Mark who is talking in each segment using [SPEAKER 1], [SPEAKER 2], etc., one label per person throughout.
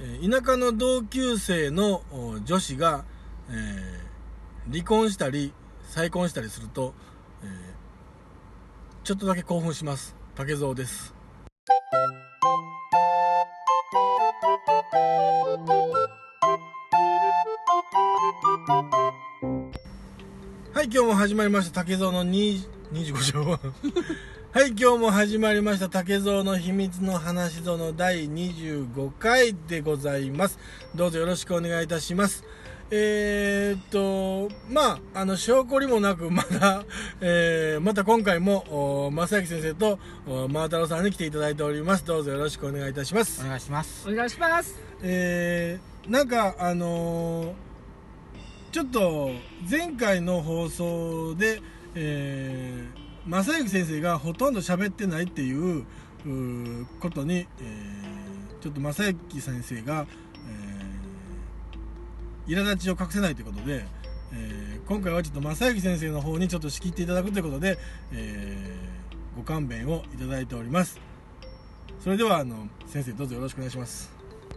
[SPEAKER 1] えー田舎の同級生のお女子が、えー離婚したり再婚したりすると、えーちょっとだけ興奮します竹蔵ですはい今日も始まりました竹蔵の2 25条はい今日も始まりました竹蔵の秘密の話ぞの第25回でございますどうぞよろしくお願いいたしますえー、っとまああの証拠りもなくまだ、えーまた今回もお正幸先生とお真太郎さんに来ていただいておりますどうぞよろしくお願いいたします
[SPEAKER 2] お願いします
[SPEAKER 3] お願いします
[SPEAKER 1] えーなんかあのーちょっと前回の放送で、えー、正幸先生がほとんど喋ってないっていううーことに、えーちょっと正幸先生が、えー、苛立ちを隠せないということで、えー今回はちょっと正幸先生の方にちょっと仕切っていただくということで、えーご勘弁をいただいておりますそれではあの先生どうぞよろしくお願いします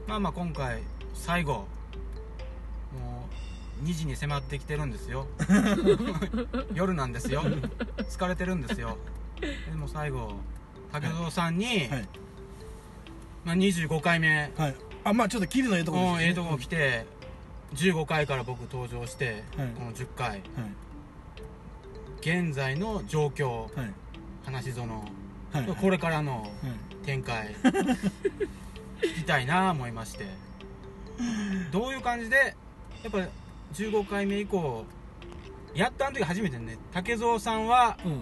[SPEAKER 2] まあまあ今回最後もう2時に迫ってきてる んですよ夜なんですよ疲れてるんですよでも最後武蔵さんに、
[SPEAKER 1] はい
[SPEAKER 2] まあ、25回目
[SPEAKER 1] はい。あ、まあちょっと切るのええとこです、
[SPEAKER 2] の
[SPEAKER 1] ね。
[SPEAKER 2] ええとこ来て15回から僕登場して、
[SPEAKER 1] はい
[SPEAKER 2] この10回
[SPEAKER 1] は
[SPEAKER 2] 現在の状況
[SPEAKER 1] い。はい。
[SPEAKER 2] 話その、
[SPEAKER 1] はい。はい。
[SPEAKER 2] これからの
[SPEAKER 1] はい。
[SPEAKER 2] 展開聞きたいなあ思いましてどういう感じでやっぱ15回目以降やったん時初めてね竹蔵さんは
[SPEAKER 1] うん。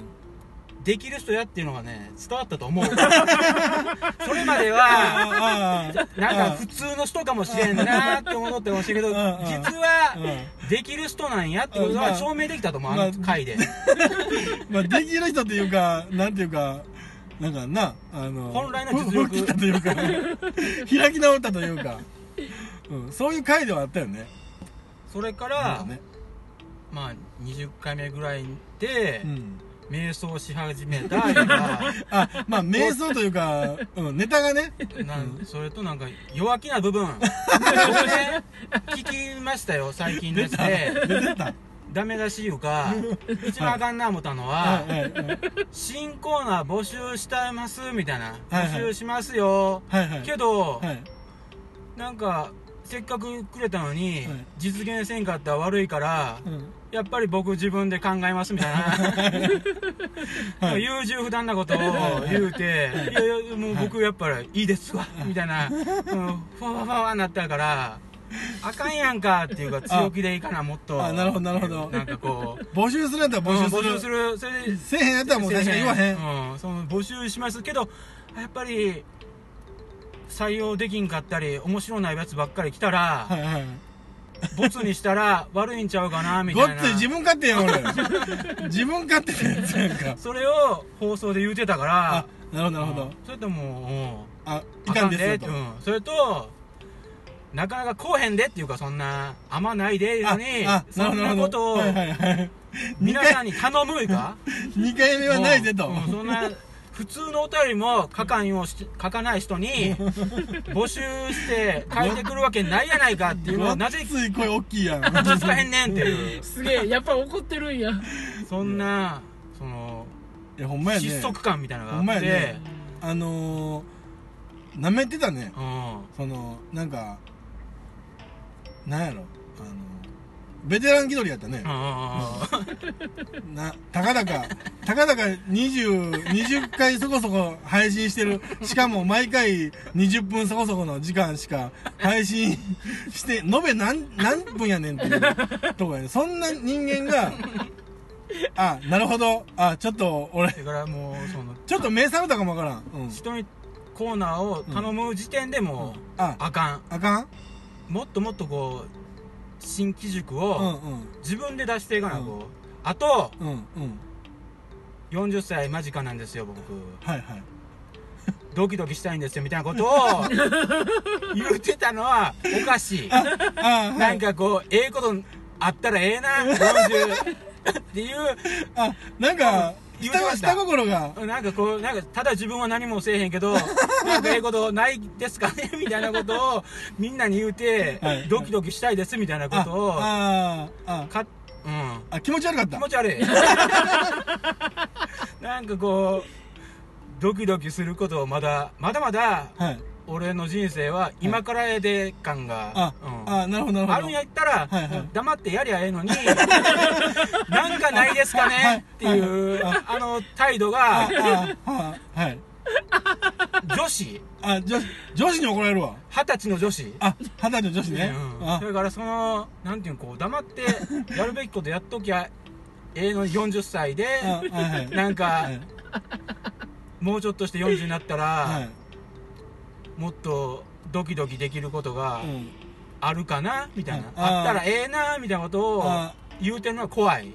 [SPEAKER 2] できる人やっていうのがね伝わった と思うそれまでは
[SPEAKER 1] ああ、
[SPEAKER 2] なんか普通の人かもしれんなって思ってましたけど
[SPEAKER 1] うん
[SPEAKER 2] 実
[SPEAKER 1] うん
[SPEAKER 2] はできる人なんやってこと
[SPEAKER 1] うんま
[SPEAKER 2] は
[SPEAKER 1] あ
[SPEAKER 2] 証明できたと思うあ
[SPEAKER 1] まあ
[SPEAKER 2] の 回で
[SPEAKER 1] まあできる人っていうか、なんていうか、なんかな、あの、
[SPEAKER 2] 本来の実
[SPEAKER 1] ふふ
[SPEAKER 2] 力
[SPEAKER 1] きったというか、開き直ったというか、うん、そういう回ではあったよね。
[SPEAKER 2] それ
[SPEAKER 1] な
[SPEAKER 2] か
[SPEAKER 1] ん
[SPEAKER 2] ら
[SPEAKER 1] かね。
[SPEAKER 2] まあ20回目ぐらいで
[SPEAKER 1] うん。
[SPEAKER 2] 瞑想し始めたいうのが
[SPEAKER 1] あ、まあ瞑想というか、うん、ネタがね、
[SPEAKER 2] なんそれとなんか弱気な部分これ聞きましたよ最近のやつで
[SPEAKER 1] 出てた。
[SPEAKER 2] ダメ出しいうか一番あかんな思ったのは
[SPEAKER 1] はいはいはい。
[SPEAKER 2] 新コーナー募集したいますみたいな
[SPEAKER 1] はいはい
[SPEAKER 2] 募集しますよ
[SPEAKER 1] はいはい。
[SPEAKER 2] けど
[SPEAKER 1] はい。
[SPEAKER 2] なんかせっかくくれたのに
[SPEAKER 1] はい
[SPEAKER 2] 実現せんかったら悪いから
[SPEAKER 1] うん。
[SPEAKER 2] やっぱり僕自分で考えますみた いな
[SPEAKER 1] はい
[SPEAKER 2] 優柔不断なことを言うて「いやいやもう僕やっぱりいいですわ」みたいなうんふわふわふわなったから「あかんやんか」っていうか強気でいいかなもっと
[SPEAKER 1] あなるほどなるほど
[SPEAKER 2] なんかこう
[SPEAKER 1] 募集するんやったら募
[SPEAKER 2] 募
[SPEAKER 1] 集
[SPEAKER 2] 集
[SPEAKER 1] す
[SPEAKER 2] す
[SPEAKER 1] る。
[SPEAKER 2] る,、それで
[SPEAKER 1] せえへんやったらもう確かに言わへん。
[SPEAKER 2] うん、その募集しますけどやっぱり採用できんかったり面白ないやつばっかり来たら、
[SPEAKER 1] はいはい。
[SPEAKER 2] ボツにしたら悪いんちゃうかなみた
[SPEAKER 1] ご
[SPEAKER 2] い
[SPEAKER 1] っ
[SPEAKER 2] な
[SPEAKER 1] つい自分勝手やん俺自分勝手なやつやん か
[SPEAKER 2] それを放送で言うてたから
[SPEAKER 1] あなるほどなるほ
[SPEAKER 2] うん
[SPEAKER 1] ど
[SPEAKER 2] それとも
[SPEAKER 1] あ
[SPEAKER 2] う
[SPEAKER 1] いかんですよと
[SPEAKER 2] あかんでうん、それとなかなかこうへんでっていうかそんなあんまないでいうの
[SPEAKER 1] あ
[SPEAKER 2] に
[SPEAKER 1] あ
[SPEAKER 2] そんなことを
[SPEAKER 1] はいはいはい2
[SPEAKER 2] 皆さん
[SPEAKER 1] 回
[SPEAKER 2] に頼むいうか
[SPEAKER 1] 二回 目はないぜと
[SPEAKER 2] うんうんそんな普通のお便りも書かんようし書かない人 に募集して書いてくるわけないやないかっていうの
[SPEAKER 1] ご
[SPEAKER 2] を
[SPEAKER 1] っ
[SPEAKER 2] なぜ
[SPEAKER 1] つい声大きいやん
[SPEAKER 2] 気づかへんねんっ ていう
[SPEAKER 3] すげえやっぱ怒ってるんや
[SPEAKER 2] そんなその
[SPEAKER 1] いやほんまや
[SPEAKER 2] 失
[SPEAKER 1] ね
[SPEAKER 2] 速感みたいなの
[SPEAKER 1] ほんま
[SPEAKER 2] があっ
[SPEAKER 1] や
[SPEAKER 2] て、
[SPEAKER 1] ねあのーなめてたね
[SPEAKER 2] うん
[SPEAKER 1] そのなんかなんやろあのベテラン気取りやったね
[SPEAKER 2] うんうんう ん
[SPEAKER 1] な、たかだか、たかだか20、20回そこそこ配信してる。しかも毎回20分そこそこの時間しか配信して、延べ何、何分やねんっていうとこやね。そんな人間が、あ、なるほど。あ、ちょっと俺、
[SPEAKER 2] だからもうその
[SPEAKER 1] ちょっと目覚めたかもわからん。うん。
[SPEAKER 2] 人にコーナーを頼む時点でもう
[SPEAKER 1] あ、
[SPEAKER 2] あかん
[SPEAKER 1] あかん
[SPEAKER 2] もっともっとこう新機軸
[SPEAKER 1] うん
[SPEAKER 2] を自分で出していかなこうあと
[SPEAKER 1] うん。うんうん。
[SPEAKER 2] 40歳間近なんですよ僕
[SPEAKER 1] はいはい。
[SPEAKER 2] ドキドキしたいんですよみたいなことを 言ってたのはおかしい
[SPEAKER 1] あ、は
[SPEAKER 2] ないん。かこうええことあったらええな40っていう
[SPEAKER 1] あ、なんか、
[SPEAKER 2] 言うてま
[SPEAKER 1] 下
[SPEAKER 2] した
[SPEAKER 1] 下心が
[SPEAKER 2] なんかこう、なんか、ただ自分は何もせえへん けど、なんかええことないですかねみたいなことを、みんなに言うて
[SPEAKER 1] はい、
[SPEAKER 2] ドキドキしたいです、みたいなことを、
[SPEAKER 1] あああ
[SPEAKER 2] か、うん。
[SPEAKER 1] あ気持ち悪かっ
[SPEAKER 2] 気
[SPEAKER 1] た
[SPEAKER 2] 持 ち悪い。なんかこう、ドキドキすることをまだ、まだまだ、
[SPEAKER 1] はい
[SPEAKER 2] 俺の人生は今からやで感が、
[SPEAKER 1] あ、
[SPEAKER 2] うん
[SPEAKER 1] あなるほどなるほど
[SPEAKER 2] あるんやったら、
[SPEAKER 1] はいはい
[SPEAKER 2] 黙ってやりゃえ えのに、なんかないですかねっていう、あの態度が、
[SPEAKER 1] あああはい
[SPEAKER 2] 女子、
[SPEAKER 1] あ女子女子に怒られるわ
[SPEAKER 2] 二十歳の女子。
[SPEAKER 1] あ二十歳の女子ね、
[SPEAKER 2] うん
[SPEAKER 1] あ
[SPEAKER 2] だからその、なんていうのこう、黙ってやるべきことやっときゃ、ええのに40歳で、
[SPEAKER 1] あはいはい
[SPEAKER 2] なんか
[SPEAKER 1] は、い
[SPEAKER 2] もうちょっとして40になったら、
[SPEAKER 1] はい
[SPEAKER 2] もっとドキドキできることが
[SPEAKER 1] うん
[SPEAKER 2] あるかなみたいな、
[SPEAKER 1] あー
[SPEAKER 2] あったらええなみたいなことを
[SPEAKER 1] あ
[SPEAKER 2] 言うてるのは怖い。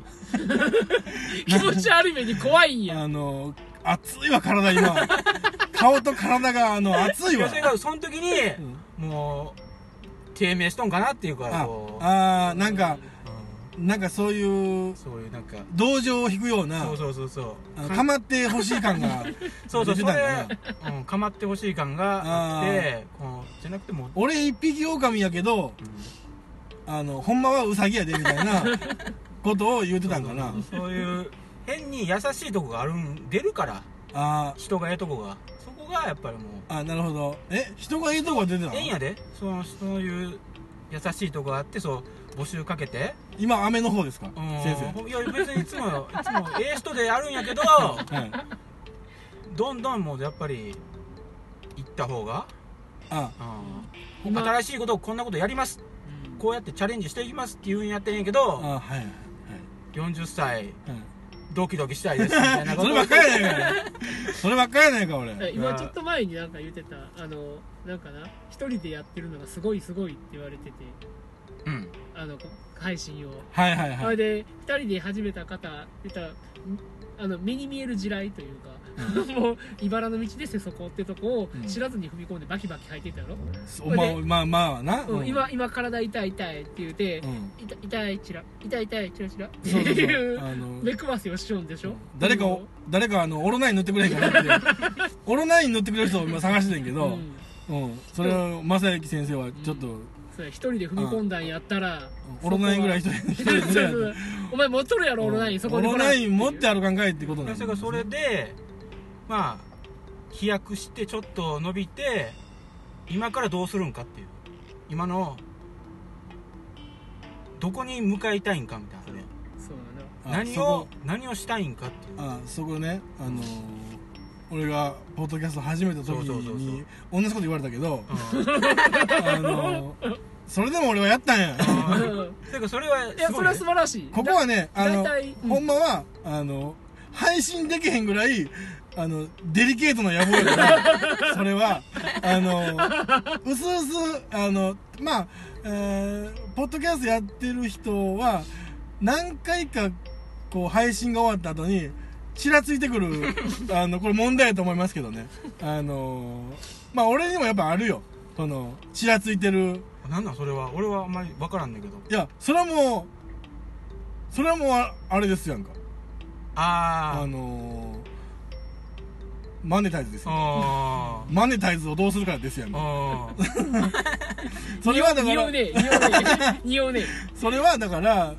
[SPEAKER 3] 気持ち悪い目に怖いんや。
[SPEAKER 1] あの熱いわ体今顔と体があの熱いわ
[SPEAKER 2] それがその時に、
[SPEAKER 1] ん
[SPEAKER 2] もう低迷しとんかなっていうから
[SPEAKER 1] あ
[SPEAKER 2] こう、
[SPEAKER 1] あーなんか
[SPEAKER 2] う
[SPEAKER 1] なんかそういうん
[SPEAKER 2] そういうなんか
[SPEAKER 1] 同情を引くような
[SPEAKER 2] そうそうそうそう
[SPEAKER 1] あのかまってほしい感が
[SPEAKER 2] そうそう
[SPEAKER 1] 出
[SPEAKER 2] そ
[SPEAKER 1] て
[SPEAKER 2] れ
[SPEAKER 1] たんだな、
[SPEAKER 2] うん、かまってほしい感があってこうじゃなくてもう、
[SPEAKER 1] 俺一匹狼やけどあのほんまはウサギやでみたいなことを言うてたんかな
[SPEAKER 2] そうそういう変に優しいとこがあるん出るから
[SPEAKER 1] あー
[SPEAKER 2] 人がええとこがそこがやっぱりも
[SPEAKER 1] あなるほどえ人がいいとこ出てた
[SPEAKER 2] うええん
[SPEAKER 1] の
[SPEAKER 2] やでそのそういう優しいとこがあってそう募集かけて、
[SPEAKER 1] 今雨の方ですか
[SPEAKER 2] うん、
[SPEAKER 1] 先生
[SPEAKER 2] いや別に いつもいつもええ人であるんやけど
[SPEAKER 1] はい
[SPEAKER 2] どんどんもうやっぱり行った方が、
[SPEAKER 1] あ
[SPEAKER 2] う
[SPEAKER 3] 今
[SPEAKER 2] ん、新しいことをこんなことやりますこうやってチャレンジしていきますっていうんやってんやけ
[SPEAKER 1] あ
[SPEAKER 2] ど
[SPEAKER 1] はいはいはい
[SPEAKER 2] 40歳
[SPEAKER 1] はい
[SPEAKER 2] ドキドキしたいですみたいなこ
[SPEAKER 1] それ
[SPEAKER 2] と
[SPEAKER 1] ばっかりやないかいそればっかりやないか俺
[SPEAKER 3] え今ちょっと前になんか言ってた、あの、なんかな、一人でやってるのがすごいすごいって言われてて、
[SPEAKER 2] うん
[SPEAKER 3] あの、配信を。
[SPEAKER 1] はいはい
[SPEAKER 3] あ
[SPEAKER 1] は
[SPEAKER 3] れ
[SPEAKER 1] い
[SPEAKER 3] で、二人で始めた方、言ったら、んあの、目に見える地雷というか、 もう、茨の道でせそこってとこを
[SPEAKER 1] うん
[SPEAKER 3] 知らずに踏み込んでバキバキ履いてたやろ、
[SPEAKER 1] おまあまあまあな
[SPEAKER 3] うん
[SPEAKER 1] うん
[SPEAKER 3] 今、今体痛い痛いって言うて、
[SPEAKER 1] うん
[SPEAKER 3] 痛痛いチラ痛い痛いチラチラって
[SPEAKER 1] そうそうそ
[SPEAKER 3] いうう
[SPEAKER 1] あの
[SPEAKER 3] 目くばせをしようんでしょ
[SPEAKER 1] 誰かを誰かあのオロナイン塗ってくれへんかなって いうオロナイン塗ってくれる人を今探してんけ
[SPEAKER 3] う
[SPEAKER 1] ど
[SPEAKER 3] ん
[SPEAKER 1] うんそれを正行先生はちょっと
[SPEAKER 3] そうや一人で踏み込んだんやったら
[SPEAKER 1] オロナインぐらい一
[SPEAKER 3] そ
[SPEAKER 1] 人一
[SPEAKER 3] こは
[SPEAKER 1] 人で塗れや
[SPEAKER 3] そうそ
[SPEAKER 1] と
[SPEAKER 3] うお前持っとるやろオロナインそこに
[SPEAKER 1] オロナイン持って歩かんかいってことなん
[SPEAKER 2] それがそれでまあ飛躍してちょっと伸びて今からどうするんかっていう今のどこに向かいたいんかみたいな
[SPEAKER 3] そうやな
[SPEAKER 1] あ
[SPEAKER 2] 何
[SPEAKER 1] そ
[SPEAKER 2] を
[SPEAKER 1] こ
[SPEAKER 2] 何をしたいんかっ ていう
[SPEAKER 1] あそこねあのー俺がポッドキャスト始めた時
[SPEAKER 2] そうそうそう
[SPEAKER 1] に同じこと言われたけど
[SPEAKER 2] うん
[SPEAKER 1] あのーそれでも俺はやったんや
[SPEAKER 2] うんてかそれはい
[SPEAKER 3] や
[SPEAKER 2] すごい
[SPEAKER 3] それ
[SPEAKER 2] ね
[SPEAKER 3] は素晴らしい
[SPEAKER 1] ここはねあの
[SPEAKER 3] だいたいうん
[SPEAKER 1] ほんまはあの配信できへんぐらいあのデリケートな野望やから それはあのうすうすあのまあ、えーポッドキャストやってる人は何回かこう配信が終わった後にちらついてく るあのこれ問題やと思いますけどねあのまあ俺にもやっぱあるよそのちらついてる
[SPEAKER 2] なんなんそれは俺はあんまり分からんねんけど
[SPEAKER 1] いやそれはもうそれはもうああれですやんかあ
[SPEAKER 2] あ
[SPEAKER 1] のー、マネタイズです
[SPEAKER 2] ー
[SPEAKER 1] よ
[SPEAKER 2] あ
[SPEAKER 1] マネタイズをどうするかですやん
[SPEAKER 2] ー
[SPEAKER 1] か
[SPEAKER 2] あー
[SPEAKER 1] それはだか
[SPEAKER 3] 匂う
[SPEAKER 1] ら
[SPEAKER 3] ね匂うね 匂うね
[SPEAKER 1] それはだから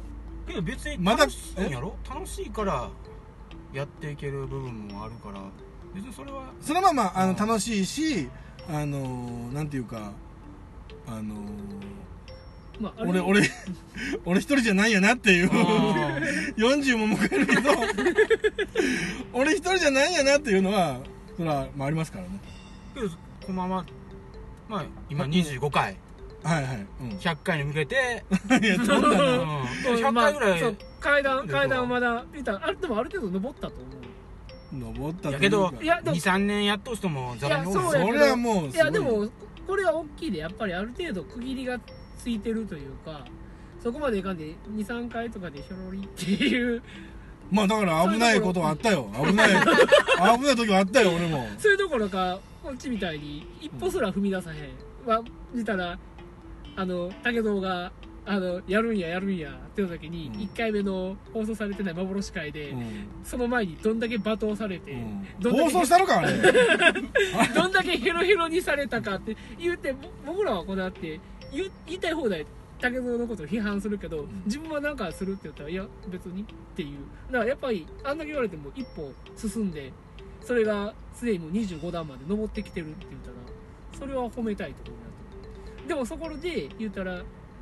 [SPEAKER 2] けど別に
[SPEAKER 1] まだ
[SPEAKER 2] 楽しいんやろ楽しいからやっていける部分もあるから別にそれは
[SPEAKER 1] そのままあ
[SPEAKER 2] う
[SPEAKER 1] の
[SPEAKER 2] ん
[SPEAKER 1] 楽しいしあのー、なんていうかあのー、
[SPEAKER 3] まああれ
[SPEAKER 1] 俺俺 俺一人じゃないんやなっていう
[SPEAKER 2] あ
[SPEAKER 1] 40も迎えるけど 俺一人じゃないんやなっていうのはそれは、まあ、ありますからね
[SPEAKER 2] けどこのまままあ今25回
[SPEAKER 1] はいはい、う
[SPEAKER 2] 100回に向け て、うん
[SPEAKER 1] ん、いやどんなの
[SPEAKER 2] 100回ぐらい
[SPEAKER 3] そう階段階段をまだ言ったらあれでもある程度登ったと思う
[SPEAKER 1] 登ったというか
[SPEAKER 2] やけど
[SPEAKER 3] いやでも
[SPEAKER 2] 23年やっとう人もざらにおる
[SPEAKER 3] いや
[SPEAKER 1] そ
[SPEAKER 3] そうや
[SPEAKER 1] れはもう
[SPEAKER 3] い
[SPEAKER 1] すご
[SPEAKER 3] や
[SPEAKER 1] い
[SPEAKER 3] でもこれは大きいでやっぱりある程度区切りがついてるというかそこまでいかんで23回とかでひょろりっていう
[SPEAKER 1] まあだから危ないことはあったよ危ない危ない時はあったよ俺も
[SPEAKER 3] それどころかこっちみたいに一歩すら踏み出さへんは見たらあの武蔵があのやるんややるんやっていう時に
[SPEAKER 1] うん
[SPEAKER 3] 1回目の放送されてない幻会で、
[SPEAKER 1] うん
[SPEAKER 3] その前にどんだけ罵倒されて、どんだ
[SPEAKER 1] 放
[SPEAKER 3] け
[SPEAKER 1] 送したのかあれ
[SPEAKER 3] どんだけヘロヘロにされたかって言ってぼ僕らはこうなって言う言いたい放題竹園のことを批判するけど自分は何かするって言ったらいや別にっていうだからやっぱりあんだけ言われても一歩進んでそれがすでにもう25段まで上ってきてるって言ったらそれは褒めたいところだとでもそこで言ったら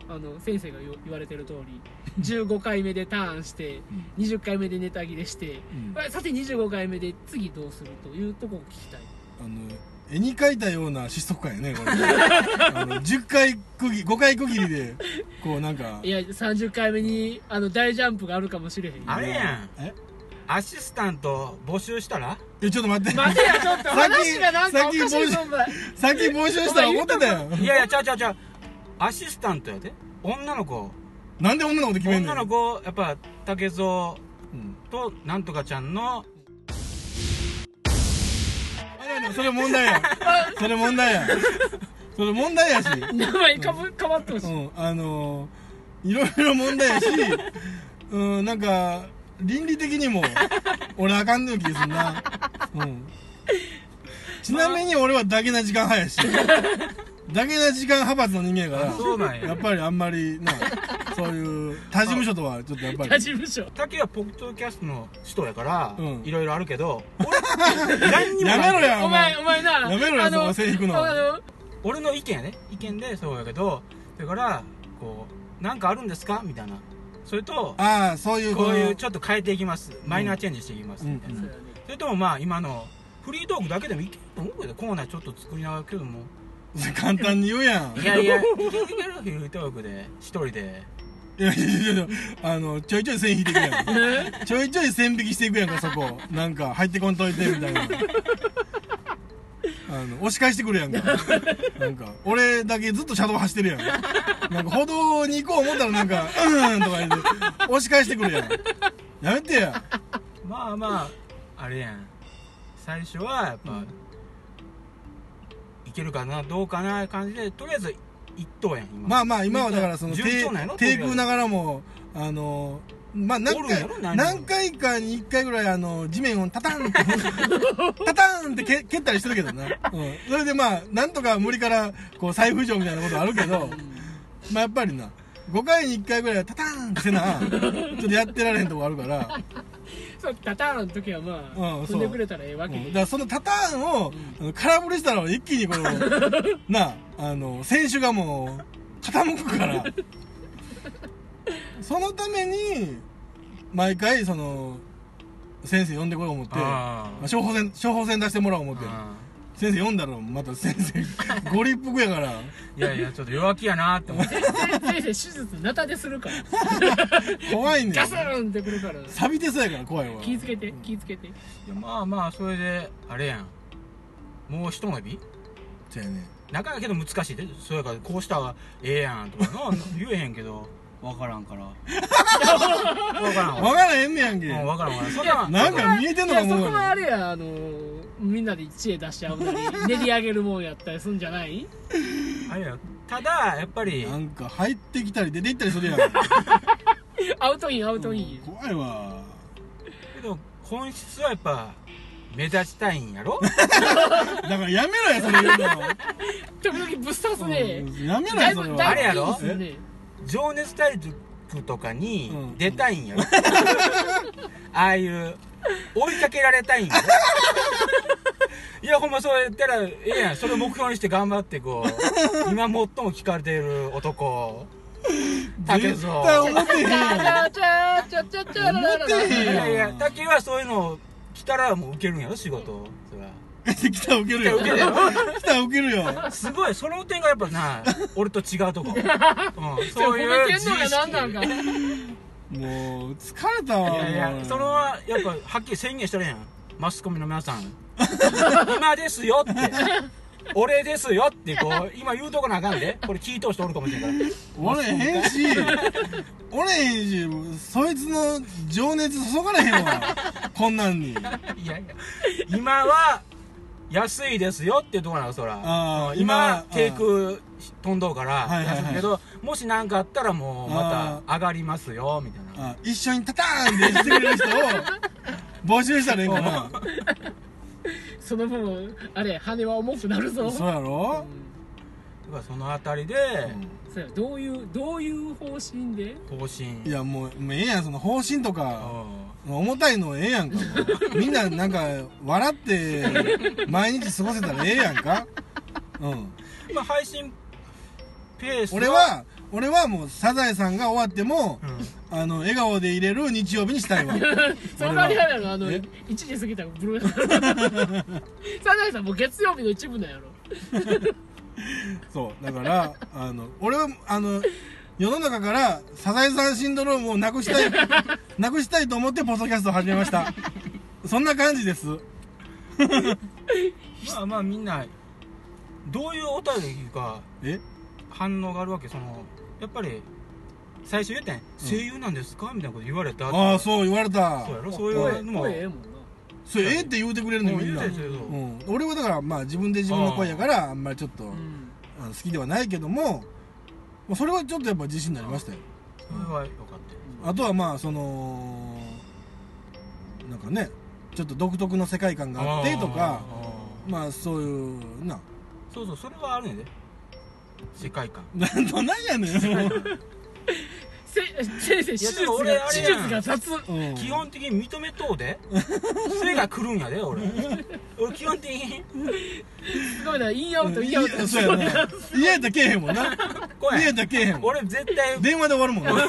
[SPEAKER 3] あの先生が言言われてる通り15回目でターンして20回目でネタ切れして
[SPEAKER 1] うん
[SPEAKER 3] あさて25回目で次どうするというとこを聞きたい
[SPEAKER 1] あの絵に描いたような失速感やねこれあの10回区切5回区切りでこうなんか
[SPEAKER 3] いや30回目にあの大ジャンプがあるかもしれへんよ
[SPEAKER 2] あれやん
[SPEAKER 1] え
[SPEAKER 2] アシスタント募集したら
[SPEAKER 1] えちょっと待って
[SPEAKER 3] 待てやちょっと話がなんかおかしいぞ
[SPEAKER 1] 先
[SPEAKER 3] お前
[SPEAKER 1] さっき募集したら思ってたよ
[SPEAKER 2] いやいやちゃうちゃうちゃうアシスタントやで女の子
[SPEAKER 1] なんで女の子で決めんねん
[SPEAKER 2] 女の子やっぱ竹蔵
[SPEAKER 1] うん
[SPEAKER 2] となんとかちゃんの
[SPEAKER 1] あれやねそれ問題やそれ問題やそれ問題やし
[SPEAKER 3] 名前かぶかばってほし
[SPEAKER 1] う
[SPEAKER 3] い
[SPEAKER 1] んあのーいろいろ問題やし うんなんか倫理的に も俺あかんのよ気がすんなうんちなみに俺はだけな時間 派やしだけな時間派閥の人間やから
[SPEAKER 2] そうなん
[SPEAKER 1] や
[SPEAKER 2] や
[SPEAKER 1] っぱりあんまりなそういう他事務所とはちょっとやっぱ
[SPEAKER 3] 他
[SPEAKER 1] り
[SPEAKER 3] 事務所
[SPEAKER 2] 竹はポッドキャストの人やから
[SPEAKER 1] うん
[SPEAKER 2] いろいろあるけど俺何に も
[SPEAKER 1] やめろや
[SPEAKER 3] お
[SPEAKER 1] お
[SPEAKER 3] 前
[SPEAKER 1] 前
[SPEAKER 3] お前な
[SPEAKER 1] やめろよ
[SPEAKER 3] あ
[SPEAKER 1] その線引くの
[SPEAKER 3] あの
[SPEAKER 2] 俺の意見やね意見でそうやけどだからこうなんかあるんですかみたいなそれと
[SPEAKER 1] ああそういう
[SPEAKER 2] こういう
[SPEAKER 1] の
[SPEAKER 2] ちょっと変えていきますマイナーチェンジしていきますみたいな、
[SPEAKER 3] そうやね
[SPEAKER 2] それともまあ今のフリートークだけでもいけると思うけどコーナーちょっと作りながらけども
[SPEAKER 1] 簡単に言うやん
[SPEAKER 2] いやいやいけるいけるフリートークで一人で
[SPEAKER 1] いやいやいやいやあのちょいちょい線引いていくやん ちょいちょい線引きしていくやんかそこなんか入ってこんといてみたいなあの押し返してくるやんかなんか俺だけずっと車道走ってるやんなんか歩道に行こう思ったらなんか「うーん」とか言って押し返してくるやんやめてや
[SPEAKER 2] まあまああれやん最初はやっぱ、いけるかなどうかな感じでとりあえず一等やん今
[SPEAKER 1] まあまあ今はだからその
[SPEAKER 2] 順
[SPEAKER 1] 低
[SPEAKER 2] 調なんやろ
[SPEAKER 1] 低空ながらもあのまあ何
[SPEAKER 2] おるんや
[SPEAKER 1] 回
[SPEAKER 2] ろ何人も
[SPEAKER 1] 何回かに1回ぐらいあの地面をタタンって タタンって蹴蹴ったりしてるけどな、うん、それでまあなんとか無理からこう再浮上みたいなことあるけどまあやっぱりな5回に1回ぐらいはタタンってせなちょっとやってられへんとこあるから、
[SPEAKER 3] そうタターンの時はま
[SPEAKER 1] う
[SPEAKER 3] あ
[SPEAKER 1] ん
[SPEAKER 3] 踏んでくれたらええわ
[SPEAKER 1] うん
[SPEAKER 3] け
[SPEAKER 1] だ
[SPEAKER 3] で
[SPEAKER 1] からそのタタンをあの空振りしたら一気にこのなああの選手がもう傾くからそのために毎回その先生呼んでこよう思って
[SPEAKER 2] あー
[SPEAKER 1] 処方箋処方箋出してもらおう思って
[SPEAKER 2] あ
[SPEAKER 1] 先生呼んだらまた先生ご立腹やから
[SPEAKER 2] ーいやいやちょっと弱気やなって思って
[SPEAKER 3] 先生先生手術ナタでするから
[SPEAKER 1] 怖いねん
[SPEAKER 3] ガスーンってくるから
[SPEAKER 1] 錆びてそうやから怖いわ
[SPEAKER 3] 気ぃつけて気ぃつけて
[SPEAKER 2] いやまあまあそれであれやんもう一伸び
[SPEAKER 1] じゃあね
[SPEAKER 2] なかなかけど難しいでそうやからこうしたらええやんとかな 言えへんけど分からんから分からん
[SPEAKER 1] 分
[SPEAKER 2] わ
[SPEAKER 1] からへんねやんけ
[SPEAKER 2] うん分からん分からんそんな
[SPEAKER 1] なんか見えてんのか
[SPEAKER 3] いや
[SPEAKER 1] も
[SPEAKER 3] そうこは
[SPEAKER 1] わ
[SPEAKER 3] あれやあのみんなで知恵出し合うなり練り上げるもんやったりすんじゃない
[SPEAKER 2] あれやただやっぱり
[SPEAKER 1] なんか入ってきたり出て行ったりするやん
[SPEAKER 3] アウトインアウトイン、
[SPEAKER 1] 怖いわ
[SPEAKER 2] けど本質はやっぱ目立ちたいんやろ
[SPEAKER 1] だからやめろやそれ言うの
[SPEAKER 3] 時々ぶっ刺すね、
[SPEAKER 1] うんやめろよ
[SPEAKER 3] だい
[SPEAKER 1] それは
[SPEAKER 3] ぶだいぶ
[SPEAKER 2] あれやろ
[SPEAKER 3] いいっすね
[SPEAKER 2] 情熱大陸とかに
[SPEAKER 1] うん
[SPEAKER 2] 出たい んやろ、ああいう追いかけられたいんやろいやほんまそうやったらええやんそれを目標にして頑張ってこう今最も聞かれている男竹
[SPEAKER 1] 絶対
[SPEAKER 2] 蔵
[SPEAKER 1] 思ってへんやん
[SPEAKER 3] チャチャチャチャチャラララ
[SPEAKER 1] 思って
[SPEAKER 2] い
[SPEAKER 1] へん
[SPEAKER 2] やいや竹はそういうの来たらもう受けるんやろ仕事そら
[SPEAKER 1] 来たらウケるよ
[SPEAKER 2] 来たら
[SPEAKER 1] 来たらウケるよ
[SPEAKER 2] すごいその点がやっぱな俺と違うと こ、うん、
[SPEAKER 3] そう
[SPEAKER 2] そう
[SPEAKER 3] い
[SPEAKER 2] いうう
[SPEAKER 3] 褒めてん
[SPEAKER 2] 自
[SPEAKER 3] の
[SPEAKER 2] 意
[SPEAKER 3] か
[SPEAKER 2] 識
[SPEAKER 3] 何なんか
[SPEAKER 1] もう疲れたわ
[SPEAKER 2] いやい
[SPEAKER 1] もう
[SPEAKER 2] やそれはやっぱはっきり宣言してるやんマスコミの皆さん今ですよって俺ですよってこう今言うとこなあかんでこれ聞いとう人おるかもしれんから
[SPEAKER 1] おれへんしおれへんしそいつの情熱注がれへんわこんなんに
[SPEAKER 2] いやいや今は安いですよっていうところなのそら
[SPEAKER 1] あー
[SPEAKER 2] 今
[SPEAKER 1] あー
[SPEAKER 2] テイク飛んどうから
[SPEAKER 1] はいはいはい
[SPEAKER 2] 安いけどもし何かあったらもうまた上がりますよみたいな
[SPEAKER 1] あ一緒にタターンでしてくれる人を募集したらいいかな
[SPEAKER 3] その分あれ羽は重くなるぞ
[SPEAKER 1] そうやろ、
[SPEAKER 2] だからそのあたりで
[SPEAKER 3] そうやどういうどういう方針で
[SPEAKER 2] 方針
[SPEAKER 1] いやもうもうええやんその方針とか
[SPEAKER 2] うん
[SPEAKER 1] 重たいのええやんかもうみんななんか笑って毎日過ごせたらええやんかうん
[SPEAKER 2] まあ配信ペース
[SPEAKER 1] 俺は俺はもうサザエさんが終わっても
[SPEAKER 2] う、ん
[SPEAKER 1] あの笑顔で入れる日曜日にしたいわ
[SPEAKER 3] その代わりあれやろあの
[SPEAKER 1] え
[SPEAKER 3] 1時過ぎたらブルーサザエさんもう月曜日の一部なんやろ
[SPEAKER 1] そうだからあの俺はあの世の中からサザエさんシンドロームをなくしたいなくしたいと思ってポッドキャストを始めましたそんな感じです
[SPEAKER 2] まあまあみんなどういうお便りが
[SPEAKER 1] え
[SPEAKER 2] 反応があるわけそのやっぱり最初言ったんや声優なんですかみたいなこと言われた
[SPEAKER 1] ああそう言われた
[SPEAKER 2] そうやろ
[SPEAKER 1] そ
[SPEAKER 2] そういうのも
[SPEAKER 3] 声ええもんな
[SPEAKER 1] れええって言うてくれるの
[SPEAKER 2] もう
[SPEAKER 1] みん
[SPEAKER 2] 言う
[SPEAKER 1] な
[SPEAKER 2] たりするぞ
[SPEAKER 1] うん、俺はだからまあ自分で自分の声やからあんまりちょっと、
[SPEAKER 3] うん
[SPEAKER 1] あの好きではないけどもまあそれはちょっとやっぱ自信になりましたよ
[SPEAKER 2] それはよかったよ
[SPEAKER 1] あとはまあそのなんかねちょっと独特の世界観があってとか
[SPEAKER 2] あ
[SPEAKER 1] まあそういうな
[SPEAKER 2] ーそうそうそれはあるんやで世界観
[SPEAKER 1] なんとなんやねんもう
[SPEAKER 3] せ先生手術
[SPEAKER 2] でも
[SPEAKER 3] が
[SPEAKER 2] 俺あ
[SPEAKER 3] 手
[SPEAKER 2] れやん
[SPEAKER 3] 術が雑
[SPEAKER 1] うん
[SPEAKER 2] 基本的に認めと うで背が来るんやで俺俺基本的に
[SPEAKER 3] すごいなインアウトインアウト
[SPEAKER 1] いやそうやな家やったらけえへんもんな
[SPEAKER 2] こ
[SPEAKER 1] 家やっ
[SPEAKER 2] れ
[SPEAKER 1] たらけえへんもん
[SPEAKER 2] 俺絶対
[SPEAKER 1] 電話で終わる もんな、うん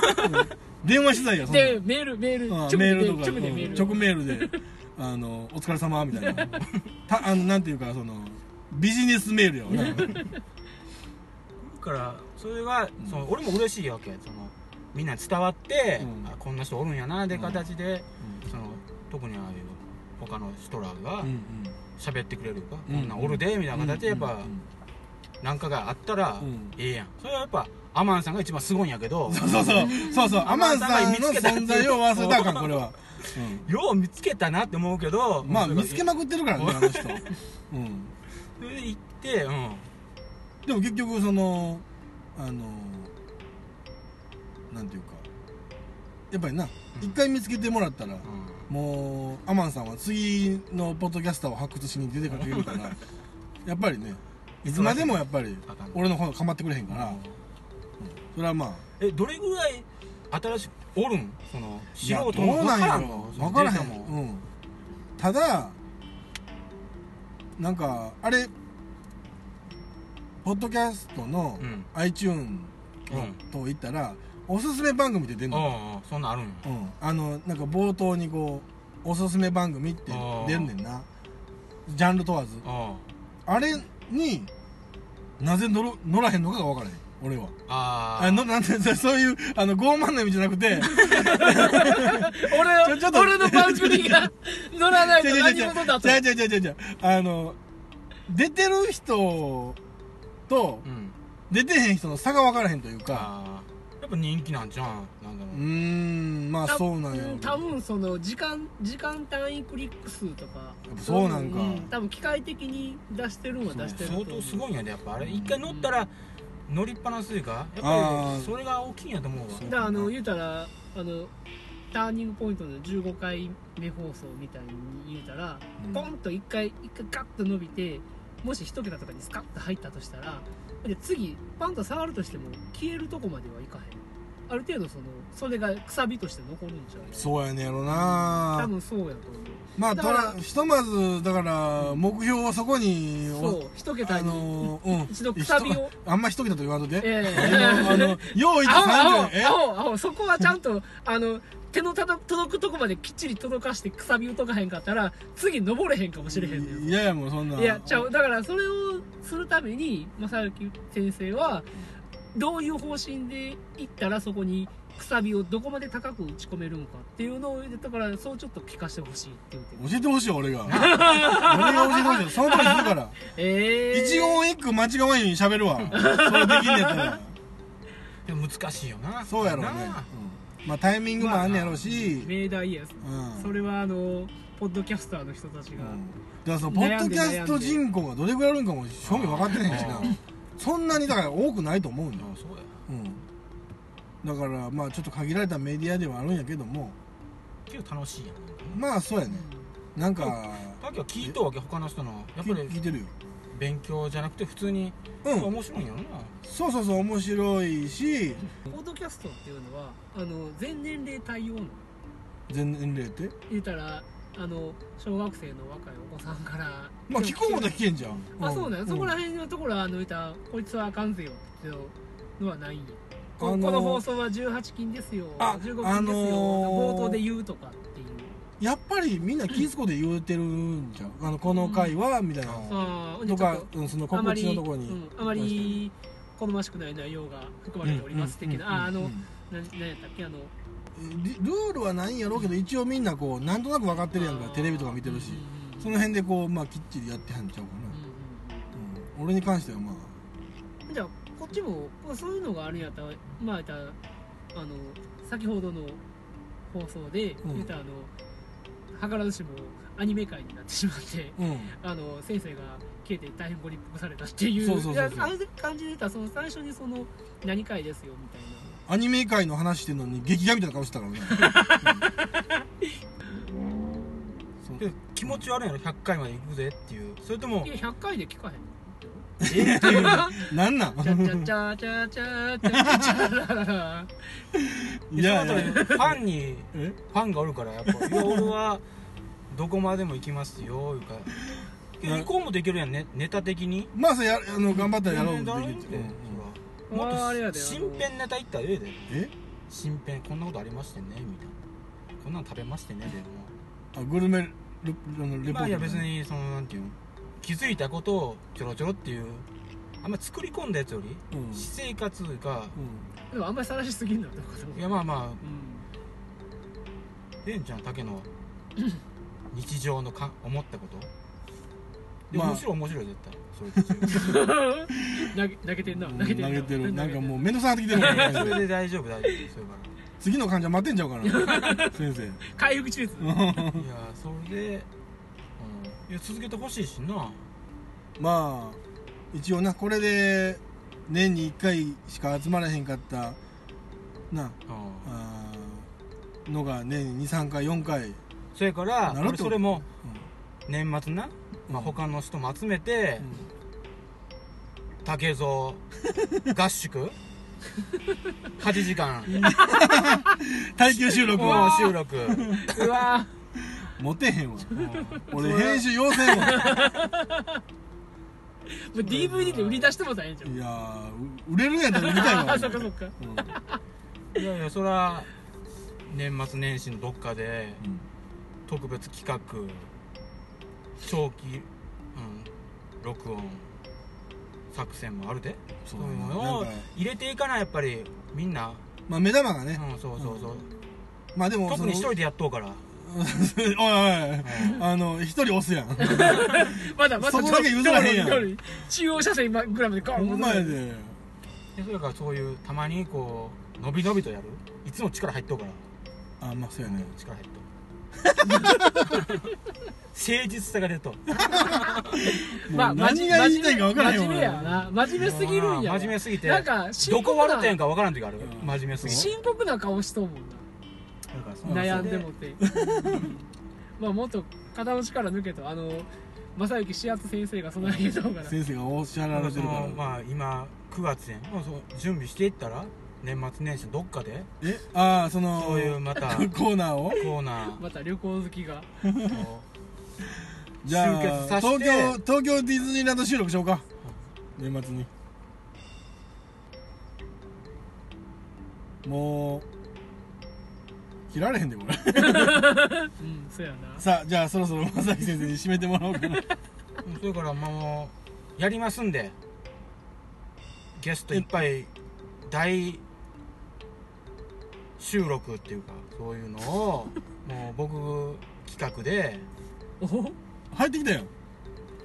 [SPEAKER 1] 電話取材やそんな
[SPEAKER 3] でメールメール
[SPEAKER 1] あ
[SPEAKER 3] 直
[SPEAKER 1] メ
[SPEAKER 3] で
[SPEAKER 1] ールとか
[SPEAKER 3] 直でメー
[SPEAKER 1] うん
[SPEAKER 3] ル
[SPEAKER 1] 直メールで「あのお疲れ様みたいなたあのなんていうかそのビジネスメールやわな
[SPEAKER 2] だからそれが、その俺も嬉しいわけそのみんなに伝わって、
[SPEAKER 1] うん
[SPEAKER 2] あこんな人おるんやなって
[SPEAKER 1] うん
[SPEAKER 2] 形で、その特にああいう他の人らが
[SPEAKER 1] うんうん
[SPEAKER 2] 喋ってくれるか、
[SPEAKER 1] うん
[SPEAKER 2] こんなんおるでみたいな形でやっぱ、なんかがあったら、
[SPEAKER 1] うん
[SPEAKER 2] ええやんそれはやっぱアマンさんが一番すごいんやけど
[SPEAKER 1] そうそうそうそうそうアマンさんの存在を忘れたらあかんこれは、
[SPEAKER 2] よう見つけたなって思うけど
[SPEAKER 1] うんまあ
[SPEAKER 2] それが
[SPEAKER 1] 見つけまくってるからねあの人、うん、
[SPEAKER 2] それで行ってうん
[SPEAKER 1] でも結局そのあのなんていうかやっぱりな一回見つけてもらったら、もうアマンさんは次のポッドキャスターを発掘しに出てかけるからやっぱりねいつまでもやっぱり
[SPEAKER 2] あかん
[SPEAKER 1] 俺の方が構ってくれへんから、
[SPEAKER 2] うん
[SPEAKER 1] それはまあ
[SPEAKER 2] えどれぐらい新しくおるんその
[SPEAKER 1] い
[SPEAKER 2] 素
[SPEAKER 1] や
[SPEAKER 2] 人も
[SPEAKER 1] どう
[SPEAKER 2] 分
[SPEAKER 1] なん
[SPEAKER 2] から
[SPEAKER 1] や
[SPEAKER 2] ん
[SPEAKER 1] ろ
[SPEAKER 2] の
[SPEAKER 1] 分からへん
[SPEAKER 2] データも
[SPEAKER 1] うん、ただなんかあれポッドキャストの
[SPEAKER 2] うん
[SPEAKER 1] iTune
[SPEAKER 2] うん
[SPEAKER 1] といったら、おすすめ番組って出んの、
[SPEAKER 2] ああそんなんあるんや
[SPEAKER 1] うん、あのなんか冒頭にこうおすすめ番組って出んねんなジャンル問わず
[SPEAKER 2] あ
[SPEAKER 1] あれになぜ乗る乗らへんのかが分からへん俺は
[SPEAKER 2] あ
[SPEAKER 1] あのなんてそそういうあの傲慢な意味じゃなくてちょ
[SPEAKER 3] 俺
[SPEAKER 1] ちょっ
[SPEAKER 3] の
[SPEAKER 1] と
[SPEAKER 3] 俺の番組が乗らないと
[SPEAKER 1] 違う違
[SPEAKER 3] 何
[SPEAKER 1] う違
[SPEAKER 3] 事だと
[SPEAKER 1] う違う違う違う違うあの出てる人と
[SPEAKER 2] うん
[SPEAKER 1] 出てへん人の差が分からへんというか
[SPEAKER 2] ああやっぱ人気なんじゃんなんだろ
[SPEAKER 1] う
[SPEAKER 2] う
[SPEAKER 1] ーんまあ
[SPEAKER 3] た
[SPEAKER 1] そうなんや
[SPEAKER 3] う多分その時間時間単位クリック数とか
[SPEAKER 1] っぱそうなんか
[SPEAKER 3] う多分機械的に出してるんは出してると
[SPEAKER 2] 相
[SPEAKER 3] 思
[SPEAKER 2] 当
[SPEAKER 3] う
[SPEAKER 2] すごいんやでやっぱあれ一回乗ったら乗りっぱなすいうかやっ
[SPEAKER 1] あ
[SPEAKER 2] ぱ
[SPEAKER 1] あ
[SPEAKER 2] りそれが大きいんやと思うわ
[SPEAKER 1] そう
[SPEAKER 3] だからあの言うたらあのターニングポイントの15回目放送みたいに言うたら、
[SPEAKER 1] うん
[SPEAKER 3] ポンと1回一回ガッと伸びてもし1桁とかにスカッと入ったとしたらで次パンと触るとしても消えるとこまではいかへんある程度そのそれがくさびとして残るんちゃう
[SPEAKER 1] そうやねんやろな
[SPEAKER 3] 多分そうやと思
[SPEAKER 1] まあ
[SPEAKER 3] だ
[SPEAKER 1] と
[SPEAKER 3] から
[SPEAKER 1] らひとまずだから目標はそこに
[SPEAKER 3] うそう1桁
[SPEAKER 1] あ
[SPEAKER 3] に、
[SPEAKER 1] のーうん
[SPEAKER 3] 一度くさびを
[SPEAKER 1] あんま一人だと言わんとて
[SPEAKER 3] ええ
[SPEAKER 1] あの用意と
[SPEAKER 3] 青青
[SPEAKER 1] 30え
[SPEAKER 3] 青青そこはちゃんとあの手のたど届くとこまできっちり届かしてくさびを解かへんかったら次登れへんかもしれへんのよ
[SPEAKER 1] いやいやもうそんない
[SPEAKER 3] やちゃうだからそれをするために正行先生はどういう方針でいったらそこにくさびをどこまで高く打ち込めるのかっていうのをだからそうちょっと聞かせてほしいって言って
[SPEAKER 1] 教えてほしいよ俺が俺が教えてほしいその通りするから
[SPEAKER 3] ええ
[SPEAKER 1] 一言一句間違わんように喋るわそれできんねやったら
[SPEAKER 2] でも難しいよな
[SPEAKER 1] そうやろうね
[SPEAKER 2] なあ
[SPEAKER 1] うんまあタイミングもあんねやろうし
[SPEAKER 3] 命題や
[SPEAKER 1] うん
[SPEAKER 3] それはあのポッドキャスターの人たちが、
[SPEAKER 1] だからそのポッドキャスト人口がどれぐらいあるんかも正味分かってないしな
[SPEAKER 2] うん
[SPEAKER 1] そんなにだから多くないと思うんだよ、
[SPEAKER 2] あそうや
[SPEAKER 1] うん、だからまあちょっと限られたメディアではあるんやけども
[SPEAKER 2] けど楽しいやん
[SPEAKER 1] まあそうやねなんか
[SPEAKER 2] さっきは聞いたわけ他の人のやっぱ
[SPEAKER 1] 聞聞い
[SPEAKER 2] り
[SPEAKER 1] てるよ
[SPEAKER 2] 勉強じゃなくて普通に
[SPEAKER 1] うん
[SPEAKER 2] 面白いんやろな
[SPEAKER 1] そうそうそう面白いし
[SPEAKER 3] ポッドキャストっていうのはあの全年齢対応の
[SPEAKER 1] 全年齢って
[SPEAKER 3] 言ったらあの小学生の若いお子さんから
[SPEAKER 1] まあ聞こうことは
[SPEAKER 3] だ
[SPEAKER 1] 聞けんじゃん
[SPEAKER 3] あそうなんや、そこら
[SPEAKER 1] ん
[SPEAKER 3] 辺のところはあの言ったらこいつはあかんぜよっていうのはないんやこ
[SPEAKER 1] あのー
[SPEAKER 3] この放送は18禁ですよ
[SPEAKER 1] あ
[SPEAKER 3] 15禁ですよ、
[SPEAKER 1] あのー
[SPEAKER 3] 冒頭で言うとかっていう
[SPEAKER 1] やっぱりみんな気づこで言うてるんじゃんあのこの回はみたいな
[SPEAKER 3] さあ
[SPEAKER 1] と
[SPEAKER 3] ち
[SPEAKER 1] か
[SPEAKER 3] ょっ、
[SPEAKER 1] うん、その
[SPEAKER 3] とあま
[SPEAKER 1] 告
[SPEAKER 3] り
[SPEAKER 1] 知のところに、
[SPEAKER 3] うんあまり好ましくない内容が含まれております的な、ああの、なんなんやったっけあの
[SPEAKER 1] リルールはないんやろうけど一応みんなこうなんとなく分かってるやんか
[SPEAKER 3] あー
[SPEAKER 1] テレビとか見てるし
[SPEAKER 3] うんうんうん
[SPEAKER 1] その辺でこうまあきっちりやってはんちゃうか
[SPEAKER 3] うん
[SPEAKER 1] な、
[SPEAKER 3] うんうん
[SPEAKER 1] うん俺に関してはまあ
[SPEAKER 3] じゃあこっちもまあそういうのがあるんやったらまあ言ったらあの先ほどの放送で
[SPEAKER 1] うん
[SPEAKER 3] 言ったらあの図らずしもアニメ界になってしまって
[SPEAKER 1] うん
[SPEAKER 3] あの先生が消えて大変ご立腹されたっていう
[SPEAKER 1] そうそうそうそう
[SPEAKER 3] いやああいう感じで言ったらその最初にその何回ですよみたいな。
[SPEAKER 1] アニメ界の話してんのに劇画みたいな顔してたからね、 うんそ
[SPEAKER 2] け
[SPEAKER 1] う
[SPEAKER 2] ど気持ち悪いやろ100回まで行くぜっていうそれとも
[SPEAKER 3] いや100回で聞かへん。
[SPEAKER 2] えっていう
[SPEAKER 1] なんなん
[SPEAKER 3] チャチャチャチャチャチャチャラララ
[SPEAKER 1] いやい
[SPEAKER 2] その
[SPEAKER 1] や
[SPEAKER 2] 後にファンに
[SPEAKER 1] え
[SPEAKER 2] ファンがおるからやっぱ「いや俺はどこまでも行きますよ」いうか「いや行こうもできるやんねネタ的に」
[SPEAKER 1] まあさやあの頑張ったらやろう
[SPEAKER 2] 全
[SPEAKER 1] で
[SPEAKER 2] 然だ
[SPEAKER 1] きる
[SPEAKER 2] めっ
[SPEAKER 1] ってて、うん
[SPEAKER 2] そらもっ
[SPEAKER 3] あーあれや
[SPEAKER 2] と
[SPEAKER 3] であの
[SPEAKER 2] 新編ネタいったらええで
[SPEAKER 1] え
[SPEAKER 2] 新編こんなことありましてねみたいなこんなん食べましてねで
[SPEAKER 1] あ
[SPEAKER 2] も
[SPEAKER 1] グルメルあのレポー
[SPEAKER 2] 今
[SPEAKER 1] ト
[SPEAKER 2] いや別にそのなんていうの気づいたことをちょろちょろっていうあんまり作り込んだやつより
[SPEAKER 1] うん、うん
[SPEAKER 2] 私生活が
[SPEAKER 3] でもあんまり晒しすぎんのよどうかと思う
[SPEAKER 2] いやまあま
[SPEAKER 3] うん
[SPEAKER 2] あええんちゃん竹の日常のか思ったことで
[SPEAKER 1] まあ
[SPEAKER 2] 面白い面白い絶対それって
[SPEAKER 3] 投げ投げてんな
[SPEAKER 1] うん
[SPEAKER 3] 投げてんな
[SPEAKER 1] 投げてるなんかもう
[SPEAKER 3] う
[SPEAKER 1] 面倒くさなってきてる
[SPEAKER 2] いやい
[SPEAKER 1] も
[SPEAKER 2] や
[SPEAKER 1] ん
[SPEAKER 2] それで大丈夫大丈夫それか
[SPEAKER 1] 次の患者待ってんちゃうかな先生
[SPEAKER 3] 回復中です
[SPEAKER 2] らいやそれで、うん、いや続けてほしいしな
[SPEAKER 1] まあ一応なこれで年に1回しか集まらへんかったな
[SPEAKER 2] うん
[SPEAKER 1] あーのが年に23回4回、
[SPEAKER 2] それか
[SPEAKER 1] なる
[SPEAKER 2] ら
[SPEAKER 1] ほど
[SPEAKER 2] 俺それも年末な、まあ、他の人も集めて、竹 蔵合宿8時 間
[SPEAKER 1] 耐久収録
[SPEAKER 2] もう
[SPEAKER 1] は
[SPEAKER 2] 収録
[SPEAKER 3] うわ
[SPEAKER 1] モテへんわ
[SPEAKER 2] うん
[SPEAKER 1] 俺編集要請もいや
[SPEAKER 3] ーもう DVD で売り出しても大変じゃん
[SPEAKER 1] ーう売れるんやったら売りたい
[SPEAKER 3] あ
[SPEAKER 1] わ
[SPEAKER 3] あそっかそっか
[SPEAKER 1] うん
[SPEAKER 2] いやいやそら年末年始のどっかで
[SPEAKER 1] うん
[SPEAKER 2] 特別企画長期、うん、録音作戦もあるで
[SPEAKER 1] そ
[SPEAKER 2] そう
[SPEAKER 1] だ
[SPEAKER 2] うい
[SPEAKER 1] ね
[SPEAKER 2] うの
[SPEAKER 1] な
[SPEAKER 2] を
[SPEAKER 1] んか
[SPEAKER 2] 入れていかないやっぱりみんな、
[SPEAKER 1] まあ目玉が
[SPEAKER 2] う
[SPEAKER 1] ね
[SPEAKER 2] ん、そうそうそう、
[SPEAKER 1] まあでも
[SPEAKER 2] 特に一
[SPEAKER 1] その
[SPEAKER 2] 人でやっとうから
[SPEAKER 1] おいおいおいあの一人押すやん
[SPEAKER 3] まだまだ
[SPEAKER 1] そこだけ譲らへんやん
[SPEAKER 3] 道路に中央車線今グラムでゴ
[SPEAKER 1] ほ
[SPEAKER 3] ーン
[SPEAKER 1] んまやで
[SPEAKER 2] でそれからそういうたまにこう伸び伸びとやるいつも力入っとうから
[SPEAKER 1] あまあそうやね
[SPEAKER 2] 力入っとう 誠実さが出とう
[SPEAKER 3] まあ
[SPEAKER 1] もう何が言いたいか分からへんわ
[SPEAKER 3] 真面目やな真面目すぎるんや
[SPEAKER 2] 真面目すぎて
[SPEAKER 3] なんか深
[SPEAKER 2] ど
[SPEAKER 3] 刻
[SPEAKER 2] こ
[SPEAKER 3] な
[SPEAKER 2] 笑ってんかわからん時ある
[SPEAKER 1] うん
[SPEAKER 2] 真面目すぎ
[SPEAKER 3] 深刻な顔しとうもん
[SPEAKER 2] だからそ
[SPEAKER 3] な
[SPEAKER 2] れ
[SPEAKER 3] 悩んでもって まあもっと肩の力抜けとあの正行始圧先生がそんなに言うとうから
[SPEAKER 1] 先生がおっしゃ
[SPEAKER 2] だ
[SPEAKER 1] られ
[SPEAKER 2] から
[SPEAKER 1] て
[SPEAKER 2] そ
[SPEAKER 1] るから
[SPEAKER 2] のまあ今9月やん、まあ、そう準備していったら年末年始どっかで
[SPEAKER 1] えああその
[SPEAKER 2] そういうまたコ
[SPEAKER 1] コーナーを
[SPEAKER 2] ーナー
[SPEAKER 3] また旅行好きが
[SPEAKER 2] を
[SPEAKER 1] じゃ
[SPEAKER 2] 集
[SPEAKER 1] あ
[SPEAKER 2] 結させ
[SPEAKER 1] 東
[SPEAKER 2] て
[SPEAKER 1] 京東京ディズニーランド収録しようか年末にもう切られへんでこれ
[SPEAKER 3] うんそうやな
[SPEAKER 1] さあじゃあそろそろ正木先生に締めてもらおうかな
[SPEAKER 2] うんそれからもうやりますんでゲストいっぱい大収録っていうかそういうのをもう僕企画で
[SPEAKER 3] おほ
[SPEAKER 1] 入ってきたよ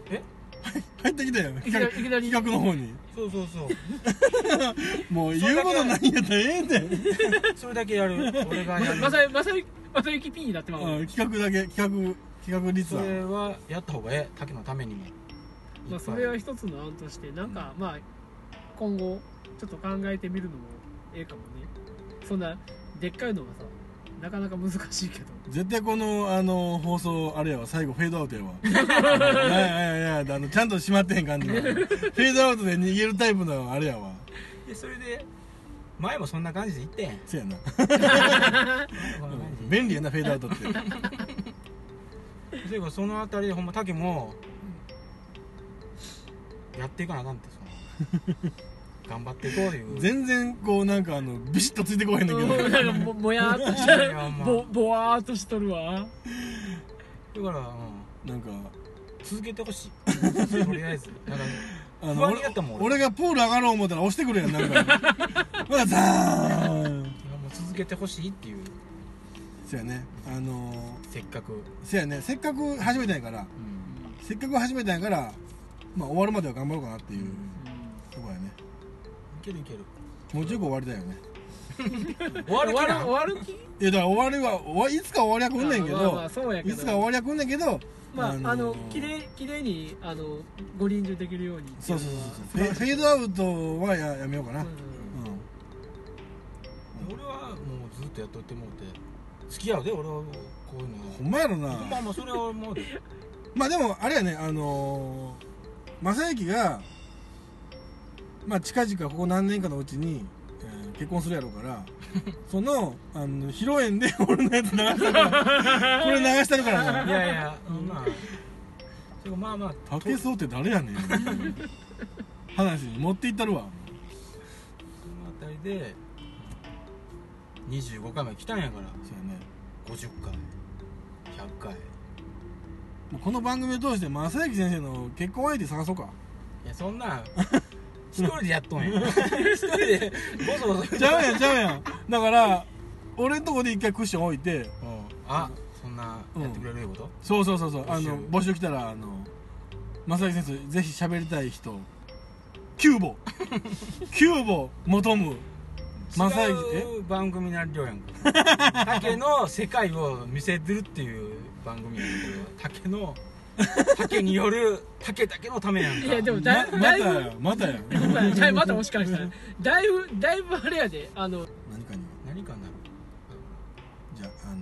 [SPEAKER 2] え
[SPEAKER 1] はい入ってきたよ
[SPEAKER 3] いきなりいきな
[SPEAKER 1] 企
[SPEAKER 3] り
[SPEAKER 1] 画の方に
[SPEAKER 2] そうそうそう
[SPEAKER 1] もう言うことないんやったらええねんで
[SPEAKER 2] それだけやる俺がやる
[SPEAKER 3] まさゆまさゆまさゆき P になってまう
[SPEAKER 1] 企画だけ企画企企画立
[SPEAKER 2] それ
[SPEAKER 1] 案
[SPEAKER 2] はやった方がええ竹のためにも
[SPEAKER 3] まあ、それは一つの案としてなんか、まあ今後ちょっと考えてみるのもええかもねそんなでっかいのがさなかなか難しいけど
[SPEAKER 1] 絶対このあの放送あれやわ最後フェードアウトやわいやいやいやあのちゃんと閉まってへん感じのフェードアウトで逃げるタイプのあれやわ
[SPEAKER 2] でそれで前もそんな感じで言ってん
[SPEAKER 1] せやな
[SPEAKER 2] そんな感じで
[SPEAKER 1] 便利やなフェードアウトって
[SPEAKER 2] そういえばそのあたりでほんま竹もやっていかなあかんってその頑張っていこういう
[SPEAKER 1] 全然こうなんかあのビシッとついてこへんねんけど
[SPEAKER 3] うんなんかぼぼやーっとし
[SPEAKER 2] い
[SPEAKER 3] て
[SPEAKER 2] やまあ
[SPEAKER 3] ぼぼわーっとしとるわ
[SPEAKER 2] だから、うん
[SPEAKER 1] なんか
[SPEAKER 2] 続けてほしいとりあえずだから
[SPEAKER 1] あ
[SPEAKER 2] 不安になったもん
[SPEAKER 1] 俺俺がプール上がろう思ったら押してくれやんなんかまだザーン
[SPEAKER 2] もう続けてほしいっていう
[SPEAKER 1] せやねあのー
[SPEAKER 2] せっかく、
[SPEAKER 1] せやねせっかく始めたんやからせっかく始めたんやからまあ終わるまでは頑張ろうかなっていうとこやね
[SPEAKER 2] いけるいける
[SPEAKER 1] もうちょい終わりだよね
[SPEAKER 2] 終わる
[SPEAKER 3] 終
[SPEAKER 2] か
[SPEAKER 3] わる
[SPEAKER 2] ら
[SPEAKER 3] 終わる気
[SPEAKER 1] いやだから終わりは終わいつか終わりは来んねんけど、
[SPEAKER 3] まあまあそうやけ
[SPEAKER 1] い
[SPEAKER 3] ど
[SPEAKER 1] つか終わりは来んねんけど
[SPEAKER 3] まああの
[SPEAKER 1] ー
[SPEAKER 3] 綺麗綺麗にあのご臨終できるようにってい
[SPEAKER 1] そう
[SPEAKER 3] のは
[SPEAKER 1] そうそうそうフェフェードアウトはややめようかな、うん
[SPEAKER 2] 俺はもうずっとやっといてもうて付き合うで俺はこういうの
[SPEAKER 1] ほんまやろな、
[SPEAKER 2] ほんままあそれはもう
[SPEAKER 1] まあでもあれやねあのー、正行がまあ近々ここ何年かのうちに、えー結婚するやろうから そのあの披露宴で 俺のやつ流したからこれ流してるから
[SPEAKER 2] い
[SPEAKER 1] な
[SPEAKER 2] やいやまあそれまあまあ
[SPEAKER 1] 竹荘って誰やねん話に持っていったるわ
[SPEAKER 2] そのあたりで25回まで来たんやから
[SPEAKER 1] そうやね
[SPEAKER 2] 50回100回い
[SPEAKER 1] もうこの番組を通して正行先生の結婚相手探そうか
[SPEAKER 2] やそん なん一人でやっとんや一人でボソボソ
[SPEAKER 1] ちゃうやんちゃうやんだから俺んとこで一回クッション置いて
[SPEAKER 2] あそんなやってくれるいうこと、
[SPEAKER 1] そうそうそうそうあの
[SPEAKER 2] 募
[SPEAKER 1] 募集来たらあの正行先生ぜひ喋りたい人キュ ーボキューボ求む正行え
[SPEAKER 2] 違う番組なりょうやんか 竹の世界を見せてるっていう番組やんかこれは竹の竹による竹だけのためやんか
[SPEAKER 3] いやでもだ
[SPEAKER 1] ま
[SPEAKER 3] いぶ
[SPEAKER 1] ま
[SPEAKER 3] だ
[SPEAKER 1] た
[SPEAKER 3] いぶ
[SPEAKER 1] やまたや
[SPEAKER 3] まあだいぶまたもしかしたらだいぶだいぶあれやであの
[SPEAKER 1] 何かに
[SPEAKER 2] 何かなる
[SPEAKER 1] じゃああの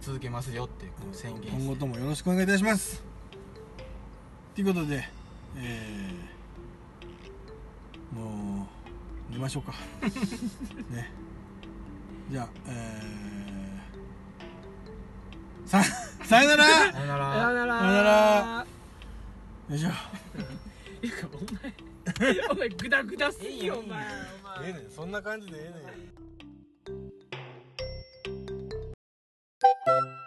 [SPEAKER 2] 続けますよってこう宣言
[SPEAKER 1] 今
[SPEAKER 2] し
[SPEAKER 1] 後
[SPEAKER 2] て
[SPEAKER 1] ともよろしくお願いいたしますということでえー、もう寝まし ょうかねじゃあえー、ささよなら
[SPEAKER 2] さよな
[SPEAKER 3] さよ
[SPEAKER 2] ら
[SPEAKER 3] なら
[SPEAKER 1] さよならよいしょ
[SPEAKER 3] いやお前お前グダグダすぎよお前お前
[SPEAKER 1] ええねんそんな感じでええねん